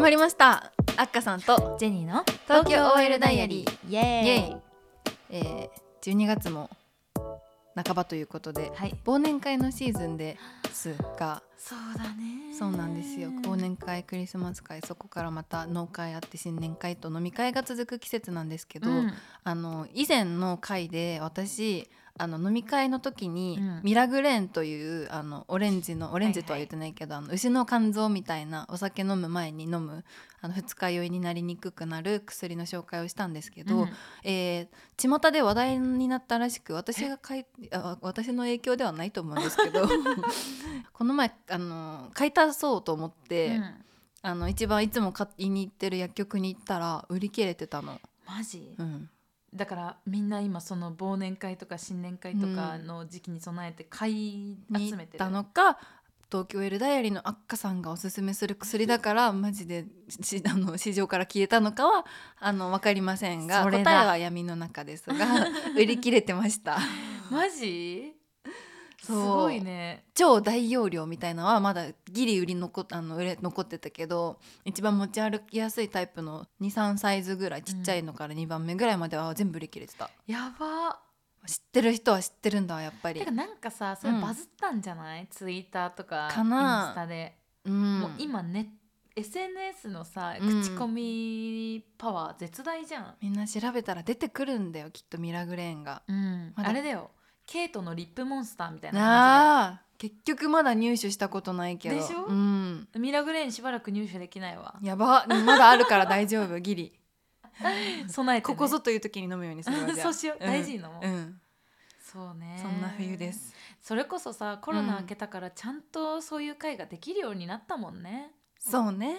まりましたあっかさんとジェニーの東京 OL ダイアリーイイエーイエイ、えー、12月も半ばということではい忘年会のシーズンですがそうだねそうなんですよ忘年会クリスマス会そこからまた農会あって新年会と飲み会が続く季節なんですけど、うんあの以前の回で私あの飲み会の時に、うんミラグレーンというあのオレンジのオレンジとは言ってないけど、あの牛の肝臓みたいなお酒飲む前に飲むあの二日酔いになりにくくなる薬の紹介をしたんですけど、うんえー巷で話題になったらしく私が書いあ私の影響ではないと思うんですけ どこの前あの買い足そうと思って、うんあの一番いつも買いに行ってる薬局に行ったら売り切れてたの。マジうんだからみんな今その忘年会とか新年会とかの時期に備えて買いに集行めってるたのか東京エルダイアリーのアッカさんがおすすめする薬だからマジでし あの市場から消えたのかはあの分かりませんがそ答れだえは闇の中です が売り切れてましたマジすそうごいね超大容量みたいなのはまだギリ売り残っあの売れ残ってたけど一番持ち歩きやすいタイプの23サイズぐらいちっちゃいのから2番目ぐらいまでは全部売り切れてた、やば知ってる人は知ってるんだやっぱりてかなんかさそれバズったんじゃない、ツイッターとかかなインスタで、うんもう今ね SNS のさうん口コミパワー絶大じゃん、みんな調べたら出てくるんだよきっとミラグレーンがうんまだあれだよケイトのリップモンスターみたいな感なあ結局まだ入手したことないけどでしょうんじでミラグレーンしばらく入手できないわやばまだあるから大 丈夫ギリ 備えて、こね、こぞという時に飲むようにするわじゃあそうしよう大事に飲もううん、そうねそんな冬ですそれこそさコロナ明けたからちゃんとそういう会ができるようになったもんね、そうね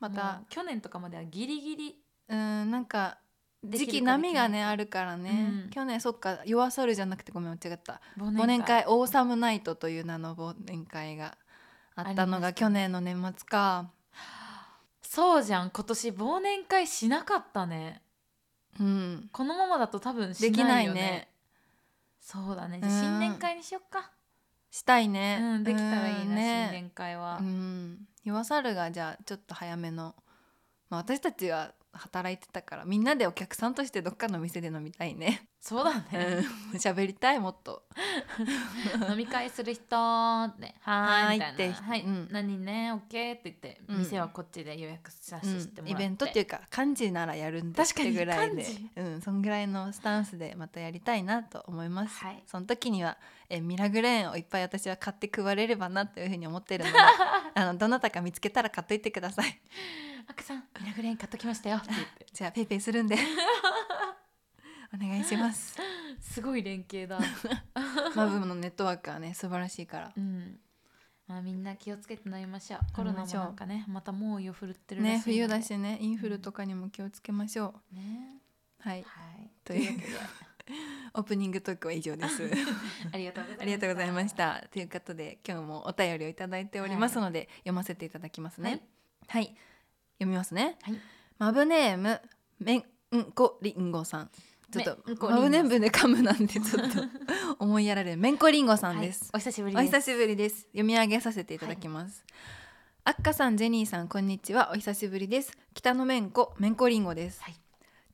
まもたう去年とかまではギリギリうんなんかでき時るか期波がでねきないかあるからね、うん去年そっか夜遊るじゃなくてごめん間違った忘忘年会オーサムナイトという名の忘年会があったのありまがした去年の年末かそうじゃん今年忘年会しなかったねうんこのままだと多分しできなないいよねねそうだねじゃあうん新年会にしよっかしたいうね、ん、できたらいいな、うんね新年会は、うん、夜猿がじゃあちょっと早めの、まあ、私たちは働いてたからみんなでお客さんとしてどっかの店で飲みたいねそうだうんね喋りたいもっと飲み会する人って「はーい」みたはーいっいてな「はい、うん何ねオッケー」って言って、うん店はこっちで予約させてもらって、イベントっていうか幹事ならやるんだっ確かてにぐらいで幹事、うん、そんぐらいのスタンスでまたやりたいなと思います、はいその時にはえミラグレーンをいっぱい私は買って配れればなというふうに思って るのであのどなたか見つけたら買っといてくださいあくさんミラグレーン買っときましたよって言ってじゃあペイペイす るんでお願いします すごい連携だ マブのネットワークはね素晴らしいからうんまあみんな気をつけて飲みましょうコ飲みロまナもしょうなんかねまた猛威を振るってるらしいねので冬だしねインフルとかにも気をつけましょう、ねはいはいというわけでオープニングトークは以上です ありがとうございましたありがとうございましたということで今日もお便りをいただいておりますので、読ませていただきますねはい、読みますね、はいマブネームめんうんこりんごさんちょっめんとこりんごマさんブネームで噛むなんてちょっと思いやられるめんこりんごさんです、はいお久しぶりおです久しぶりです。読み上げさせていただきます。あっかさん、ジェニーさん、こんにちは。お久しぶりです。北野めんこ、めんこりんごです。はい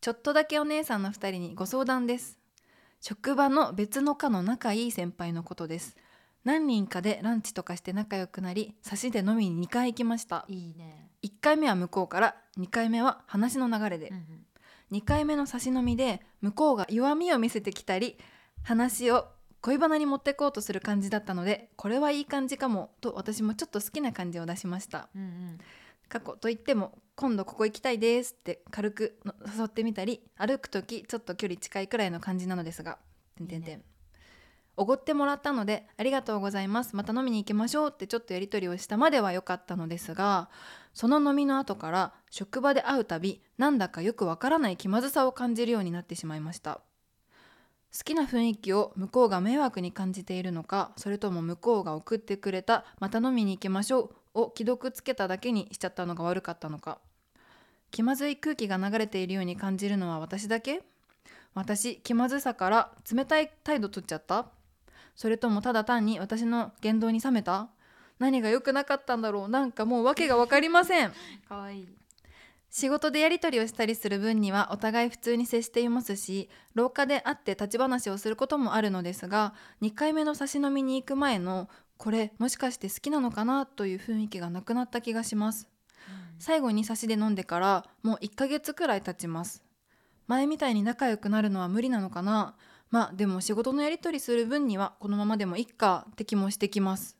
ちょっとだけお姉さんの二人にご相談です。職場の別の課の仲いい先輩のことです。何人かでランチとかして仲良くなり、差しで飲みに2回行きました。いいね、 1回目は向こうから、2回目は話の流れでうん。うん2回目の差し飲みで向こうが弱みを見せてきたり話を恋バナに持ってこうとする感じだったのでこれはいい感じかもと私もちょっと好きな感じを出しましたうんうん、過去といっても今度ここ行きたいですって軽くの誘ってみたり歩く時ちょっと距離近いくらいの感じなのですがてんてんてんおごってもらったので「ありがとうございますまた飲みに行きましょう」ってちょっとやり取りをしたまでは良かったのですがその飲みの後から職場で会うたびなんだかよくわからない気まずさを感じるようになってしまいました好きな雰囲気を向こうが迷惑に感じているのかそれとも向こうが送ってくれた「また飲みに行きましょう」を既読つけただけにしちゃったのが悪かったのか気まずい空気が流れているように感じるのは私だけ私気まずさから冷たい態度取っちゃったそれともただ単に私の言動に冷めた何が良くなかったんだろうなんかもう訳が分かりませんかわいい仕事でやり取りをしたりする分にはお互い普通に接していますし廊下で会って立ち話をすることもあるのですが2回目の差し飲みに行く前のこれもしかして好きなのかなという雰囲気がなくなった気がします最後に差しで飲んでからもう1ヶ月くらい経ちます前みたいに仲良くなるのは無理なのかなまあでも仕事のやり取りする分にはこのままでもいっかって気もしてきます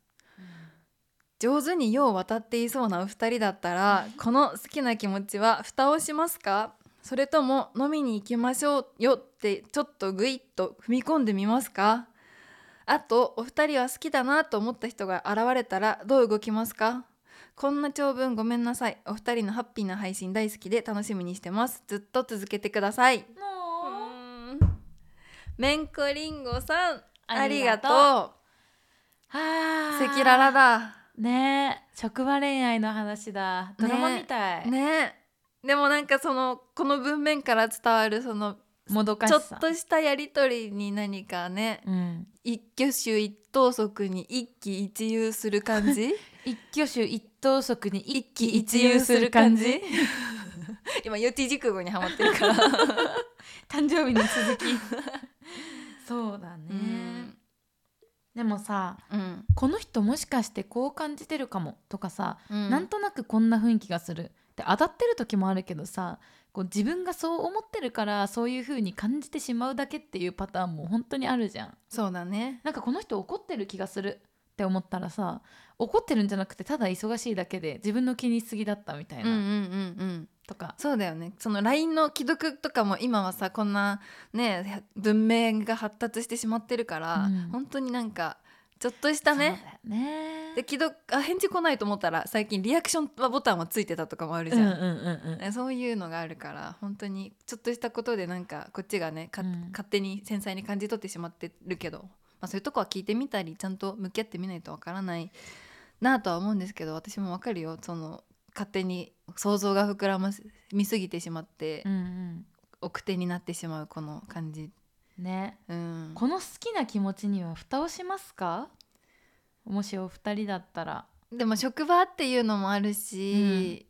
上手に世を渡っていそうなお二人だったらこの好きな気持ちは蓋をしますかそれとも飲みに行きましょうよってちょっとグイッと踏み込んでみますかあとお二人は好きだなと思った人が現れたらどう動きますかこんな長文ごめんなさいお二人のハッピーな配信大好きで楽しみにしてますずっと続けてくださいもうめんこりんごさんありがとうああ赤裸々だねえ職場恋愛の話だドラマみたい、ねでもなんかそのこの文面から伝わるそのもどかしちょさっとしたやり取りに何かねうん、一挙手一投足に一喜一憂する感じ一挙手一投足に一喜一憂する感じ 今四字熟語にはまってる から 誕生日に続きそうだねうんでもさうん、この人もしかしてこう感じてるかもとかさ、うん、なんとなくこんな雰囲気がするで当たってる時もあるけどさこう自分がそう思ってるからそういう風に感じてしまうだけっていうパターンも本当にあるじゃんそうだねなんかこの人怒ってる気がするって思ったらさ怒ってるんじゃなくてただ忙しいだけで自分の気にしすぎだったみたいうんな、うんうんうんとかそうだよねその LINE の既読とかも今はさこんなね文明が発達してしまってるから、うん本当になんかちょっとしたねそうだよねで既読あ返事来ないと思ったら最近リアクションボタンはついてたとかもあるじうんゃうんん、うんうんねそういうのがあるから本当にちょっとしたことでなんかこっちがねか、うん勝手に繊細に感じ取ってしまってるけど、まあ、そういうとこは聞いてみたりちゃんと向き合ってみないとわからないなとは思うんですけど私もわかるよその勝手に想像が膨らませ見すぎてしまって、うん奥手になってしまうこの感じ。うんねうん、この好きな気持ちには蓋をしますかもしお二人だったらでも職場っていうのもあるし、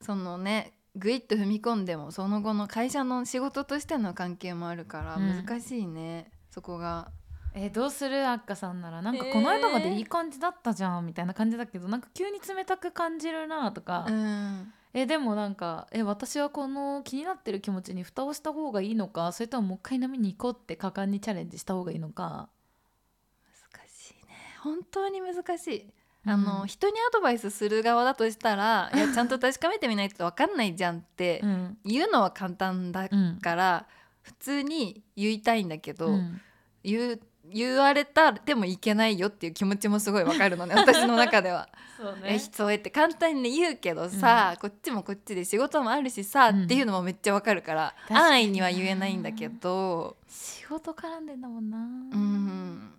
そのねぐいっと踏み込んでもその後の会社の仕事としての関係もあるからうん難しいね、そこが。えーどうするあっかさんならなんかえーこの間までいい感じだったじゃんみたいな感じだけどなんか急に冷たく感じるなとか、うんえーでもなんかえー私はこの気になってる気持ちに蓋をした方がいいのかそれとももう一回波に行こうって果敢にチャレンジした方がいいのか難しいね本当に難しい。うんあの人にアドバイスする側だとしたら「いやちゃんと確かめてみないと分かんないじゃん」ってうん言うのは簡単だうんから、普通に言いたいんだけど、うん言う言われたでもいけないよっていう気持ちもすごい分かるのね私の中では。そうえそうやって簡単に言うけどさ、こっちもこっちで仕事もあるしさ、うんっていうのもめっちゃわかるから確かに安易には言えないんだけど仕事絡んでんだもんなうん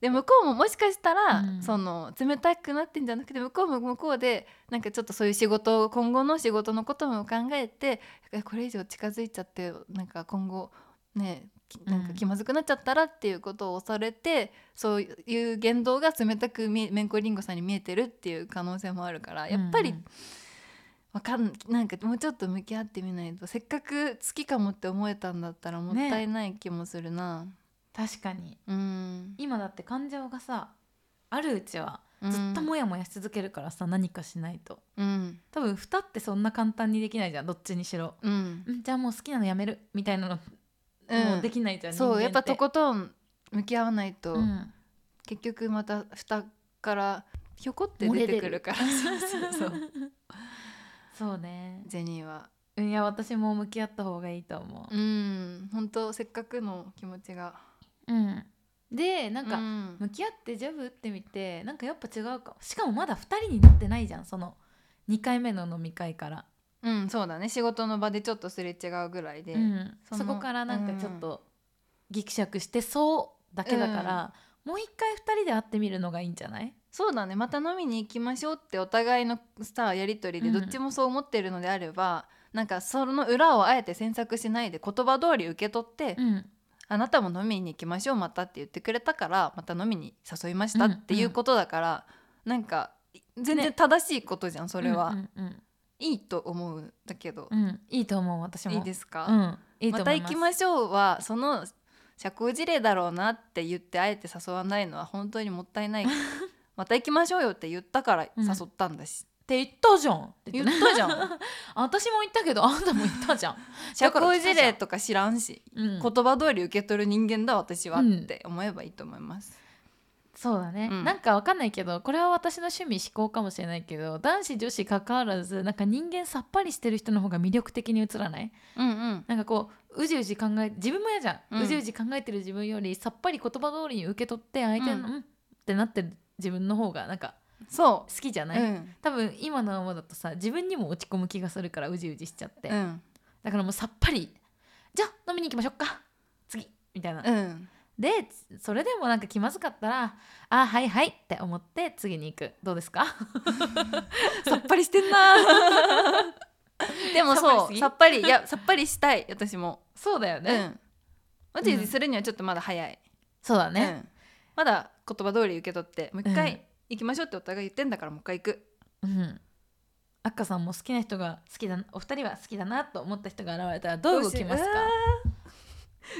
で向こうももしかしたら、うんその冷たくなってんじゃなくて向こうも向こうでなんかちょっとそういう仕事を今後の仕事のことも考えてえこれ以上近づいちゃってなんか今後ねきなんか気まずくなっちゃったらっていうことを恐れて、そういう言動が冷たく見えめんこりんごさんに見えてるっていう可能性もあるからやっぱり、うんわかんなんかもうちょっと向き合ってみないとせっかく好きかもって思えたんだったらもったいない気もするな、確かにうん今だって感情がさあるうちはうんずっとモヤモヤし続けるからさ、何かしないとうん多分蓋ってそんな簡単にできないじゃんどっちにしろ、うんうん、じゃあもう好きなのやめるみたいなの、うんもうできないじゃんそうやっぱとこ、ことん向き合わないと、うん、結局また蓋からひょこって出てくるから そうそう そうそうねジェニーはうんいや私も向き合った方がいいと思うん本当せっかくの気持ちがう、うん、でななんか、うん向き合ってジャブ打ってみてなんかやっぱ違うかしかもまだ2人になってないじゃんその2回目の飲み会から、うんそうだね仕事の場でちょっとすれ違うぐらいで、うんそそのこからなんかちょっとギクシャクしてそうだけだから、もう一回2人で会ってみるのがいいんじゃないそうだねまた飲みに行きましょうってお互いのスターやり取りでうんどっちもそう思ってるのであれば、なんかその裏をあえて詮索しないで言葉通り受け取って、うんあなたも飲みに行きましょうまたって言ってくれたからまた飲みに誘いましたうんっていうことだから、なんか全然正しいことじゃんそれは、うんうんいいと思うんだけどう、んうんいいと思う私もいいですすか、うんいいとま思たい行まきすましょうはその社交辞令だろうなって言ってあえて誘わないのは本当にもったい ないまた行きましょうよって言ったからうん誘ったんだし、って言ったじゃんって言 言っってねたじゃ ん私も言ったけどあんたも言ったじゃん、社だから交辞令とか知らんし、うん言葉通り受け取る人間だ私はうっんて思えばいいと思います、そうだね、うんなんかわかんないけどこれは私の趣味思考かもしれないけど男子女子関わらずなんか人間さっぱりしてる人の方が魅力的に映らないうんうんなんかこううじうじ考え自分も嫌じゃん、ううんじうじ考えてる自分よりさっぱり言葉通りに受け取って相手の、ううんってなってる自分の方がなんか そ好きじゃう、ない、うん多分今のままだとさ自分にも落ち込む気がするからうじうじしちゃって、うんだからもうさっぱりじゃあ飲みに行きましょうか次みたいな、うんでそれでもなんか気まずかったらあはいはいって思って次に行くどうですか さっぱりしてんな でもさっぱりそすうぎさっぱりいやさっぱりしたい私もそうだよね、うんうじうじするにはちょっとまだ早いそうだね、うん、まだ言葉通り受け取ってもう一う回ん行きましょうってお互い言ってんだからもう一回行くうんあっかさんも好きな人が好きだお二人は好きだなと思った人が現れたらどう動きますか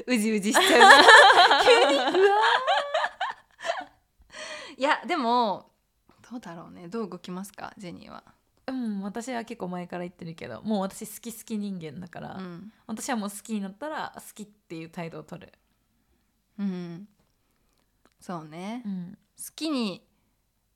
うじうじしちゃうな 急にうわ ーいやでもどうだろうねどう動きますかジェニーは、うん私は結構前から言ってるけどもう私好き好き人間だから、うん私はもう好きになったら好きっていう態度を取る、うん、そうね、う好んきに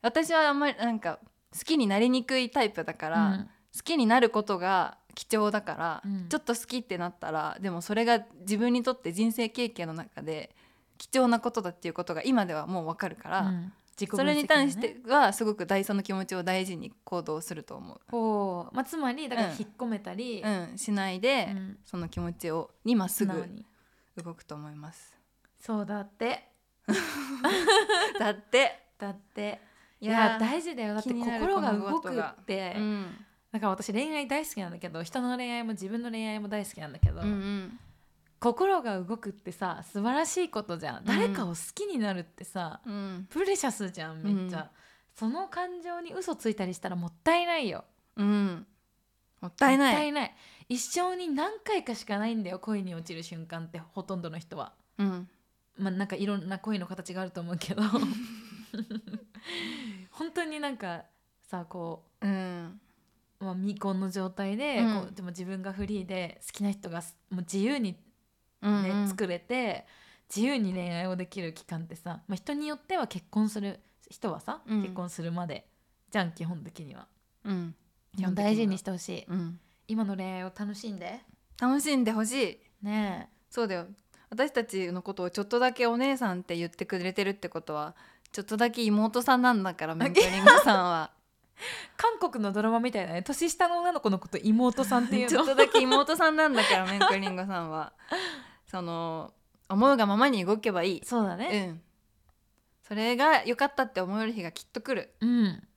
私はあんまりなんか好きになりにくいタイプだから、うん好きになることが貴重だから、うんちょっと好きってなったらでもそれが自分にとって人生経験の中で貴重なことだっていうことが今ではもうわかるから、うん自己分析それに対しだねてはすごく第三の気持ちを大事に行動すると思う。こう、まあ、つまりだからうん引っ込めたり、うん、しないで、うんその気持ちを今す素ぐ直に動くと思います。そうだってだってだっていいやや大事だよだって気になる心がこの動後くがって、うんだから私恋愛大好きなんだけど人の恋愛も自分の恋愛も大好きなんだけど、うんうん心が動くってさ素晴らしいことじゃん誰かを好きになるってさ、うんプレシャスじゃんめっちうゃ、んその感情に嘘ついたりしたらもったいないようんもったいないもったいない一生に何回かしかないんだよ恋に落ちる瞬間ってほとんどの人はうんまあなんかいろんな恋の形があると思うけ ど本当になんかさこうんう、まあ、未婚の状態で、うんこうでも自分がフリーで好きな人がすもう自由に、ねうんうん作れて自由に恋愛をできる期間ってさ、まあ、人によっては結婚する人はさ、うん結婚するまでじゃん基本的にはうん基もう本的には大事にしてほしい、うん今の恋愛を楽しんで楽しんでほしいねそうだよ私たちのことをちょっとだけお姉さんって言ってくれてるってことはちょっとだけ妹さんなんだからメントリングさんはえ韓国のドラマみたいなね年下の女の子のこと妹さんっていう のちょっとだけ妹さんなんだからメントリングさんはその思うがままに動けばいい そうだうね、んそれが良かったって思える日がきっと来るうん、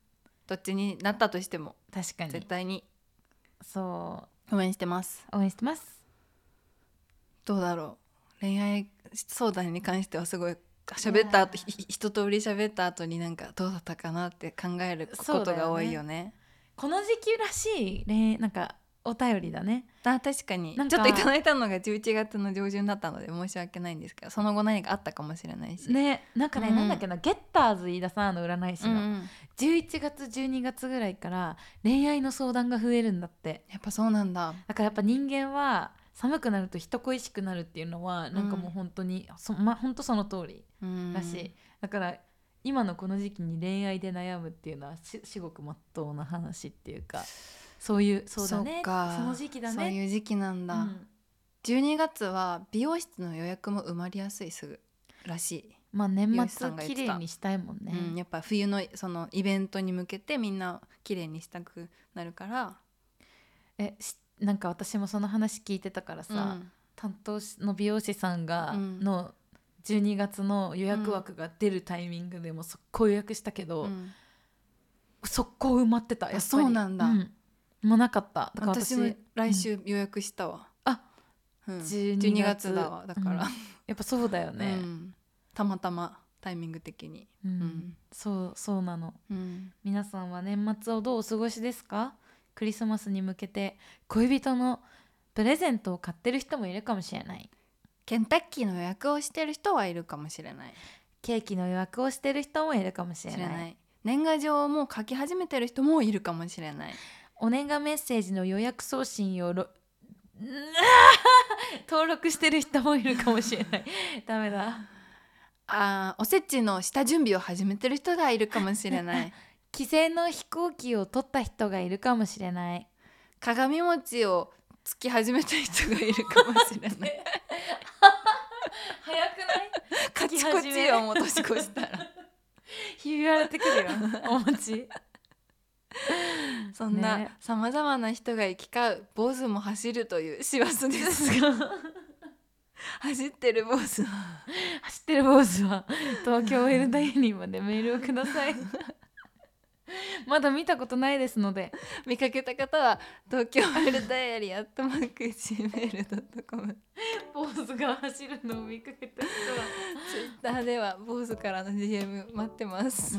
どっちになったとしても確かに絶対にそ応援してますう応援してますどうだろう恋愛相談に関してはすごい喋った後いやーひひ一通り喋った後になんかどうだったかなって考えるこそうとだよねが多いよね。この時期らしい恋なんかお便りだねあ確かになんちかょっといただいたのが11月の上旬だったので申し訳ないんですけどその後何かあったかもしれないし。ねなんかね、うんなんだっけなゲッターズ飯田さんの占い師うの、んうん11月12月ぐらいから恋愛の相談が増えるんだってやっぱそうなんだ。だからやっぱ人間は寒くなると人恋しくなるっていうのはなんかもう本当に、そま本当その通りうんらしい、だから今のこの時期に恋愛で悩むっていうのはし至極まっとうな話っていうかそういうそうだっねそかの時期だねそういう時期なんだ、うん12月は美容室の予約も埋まりやすいすぐらしい、まあ年美容師さ末んが言っ綺てた麗にしたいもんね、うん、やっぱ冬のそのイベントに向けてみんな綺麗にしたくなるからえしなんか私もその話聞いてたからさ、うん担当の美容師さんがうんの12月の予約枠が出るタイミングでもう速攻予約したけど、うん速攻埋まってたやっぱりそうなんだもうなかっただから私私も来週予約したわ、うんあうん、 12 12月だわだからうん、やっぱそうだよね、うんたまたまタイミング的にうんうんそうそうなのうん皆さんは年末をどうお過ごしですかクリスマスに向けて恋人のプレゼントを買ってる人もいるかもしれないケンタッキーの予約をしてる人はいるかもしれないケーキの予約をしてる人もいるかもしれ知ないらない年賀状をもう書き始めてる人もいるかもしれないお年賀メッセージの予約送信をろ んあー登録してる人もいるかもしれない ダメだあーおせちの下準備を始めてる人がいるかもしれ ない帰省の飛行機を取った人がいるかもしれない鏡餅をつき始めた人がいるかもしれない早く ないカチコチをもう年越したらひび割れてく るよお餅 そんなねさまざまな人が行き交う坊主も走るという師走です 走ってる坊主は走ってる坊主は東京 L ダイニーまでメールをください まだ見たことないですので 見かけた方は東京メールダイアリーアットマーク Gmail.com 坊主が走るのを見かけた人 はツイッターでは坊主からの DM 待ってます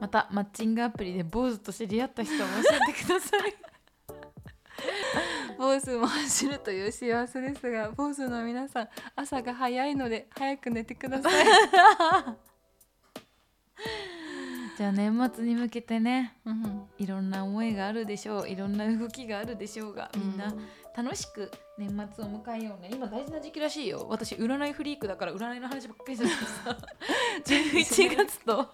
またマッチングアプリで坊主と知り合った人も教えてください坊主も走るという幸せですが坊主の皆さん朝が早いので早く寝てください、じゃあ年末に向けてねうんいろんな思いがあるでしょういろんな動きがあるでしょうがみんな楽しく年末を迎えようね今大事な時期らしいよ私占いフリークだから占いの話ばっかりじゃないです か11月と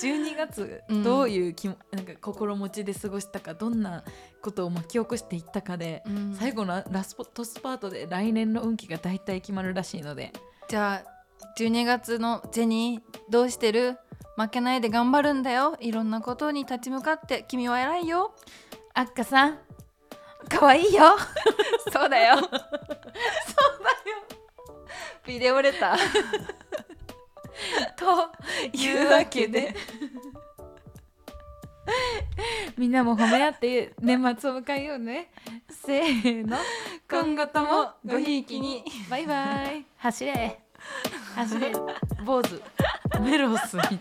12月うんどういう気も、なんか心持ちで過ごしたかどんなことを巻き起こしていったかで、うん最後のラスポトスパートで来年の運気が大体決まるらしいのでじゃあ12月の「ジェニーどうしてる負けないで頑張るんだよいろんなことに立ち向かって君は偉いよあっかさん かわいいよそうだ よそうだよビデオレターというわけで みんなも褒め合って年末を迎えようねせーの今後ともごひいきにバイバイ走れ走れ坊主メロスみたい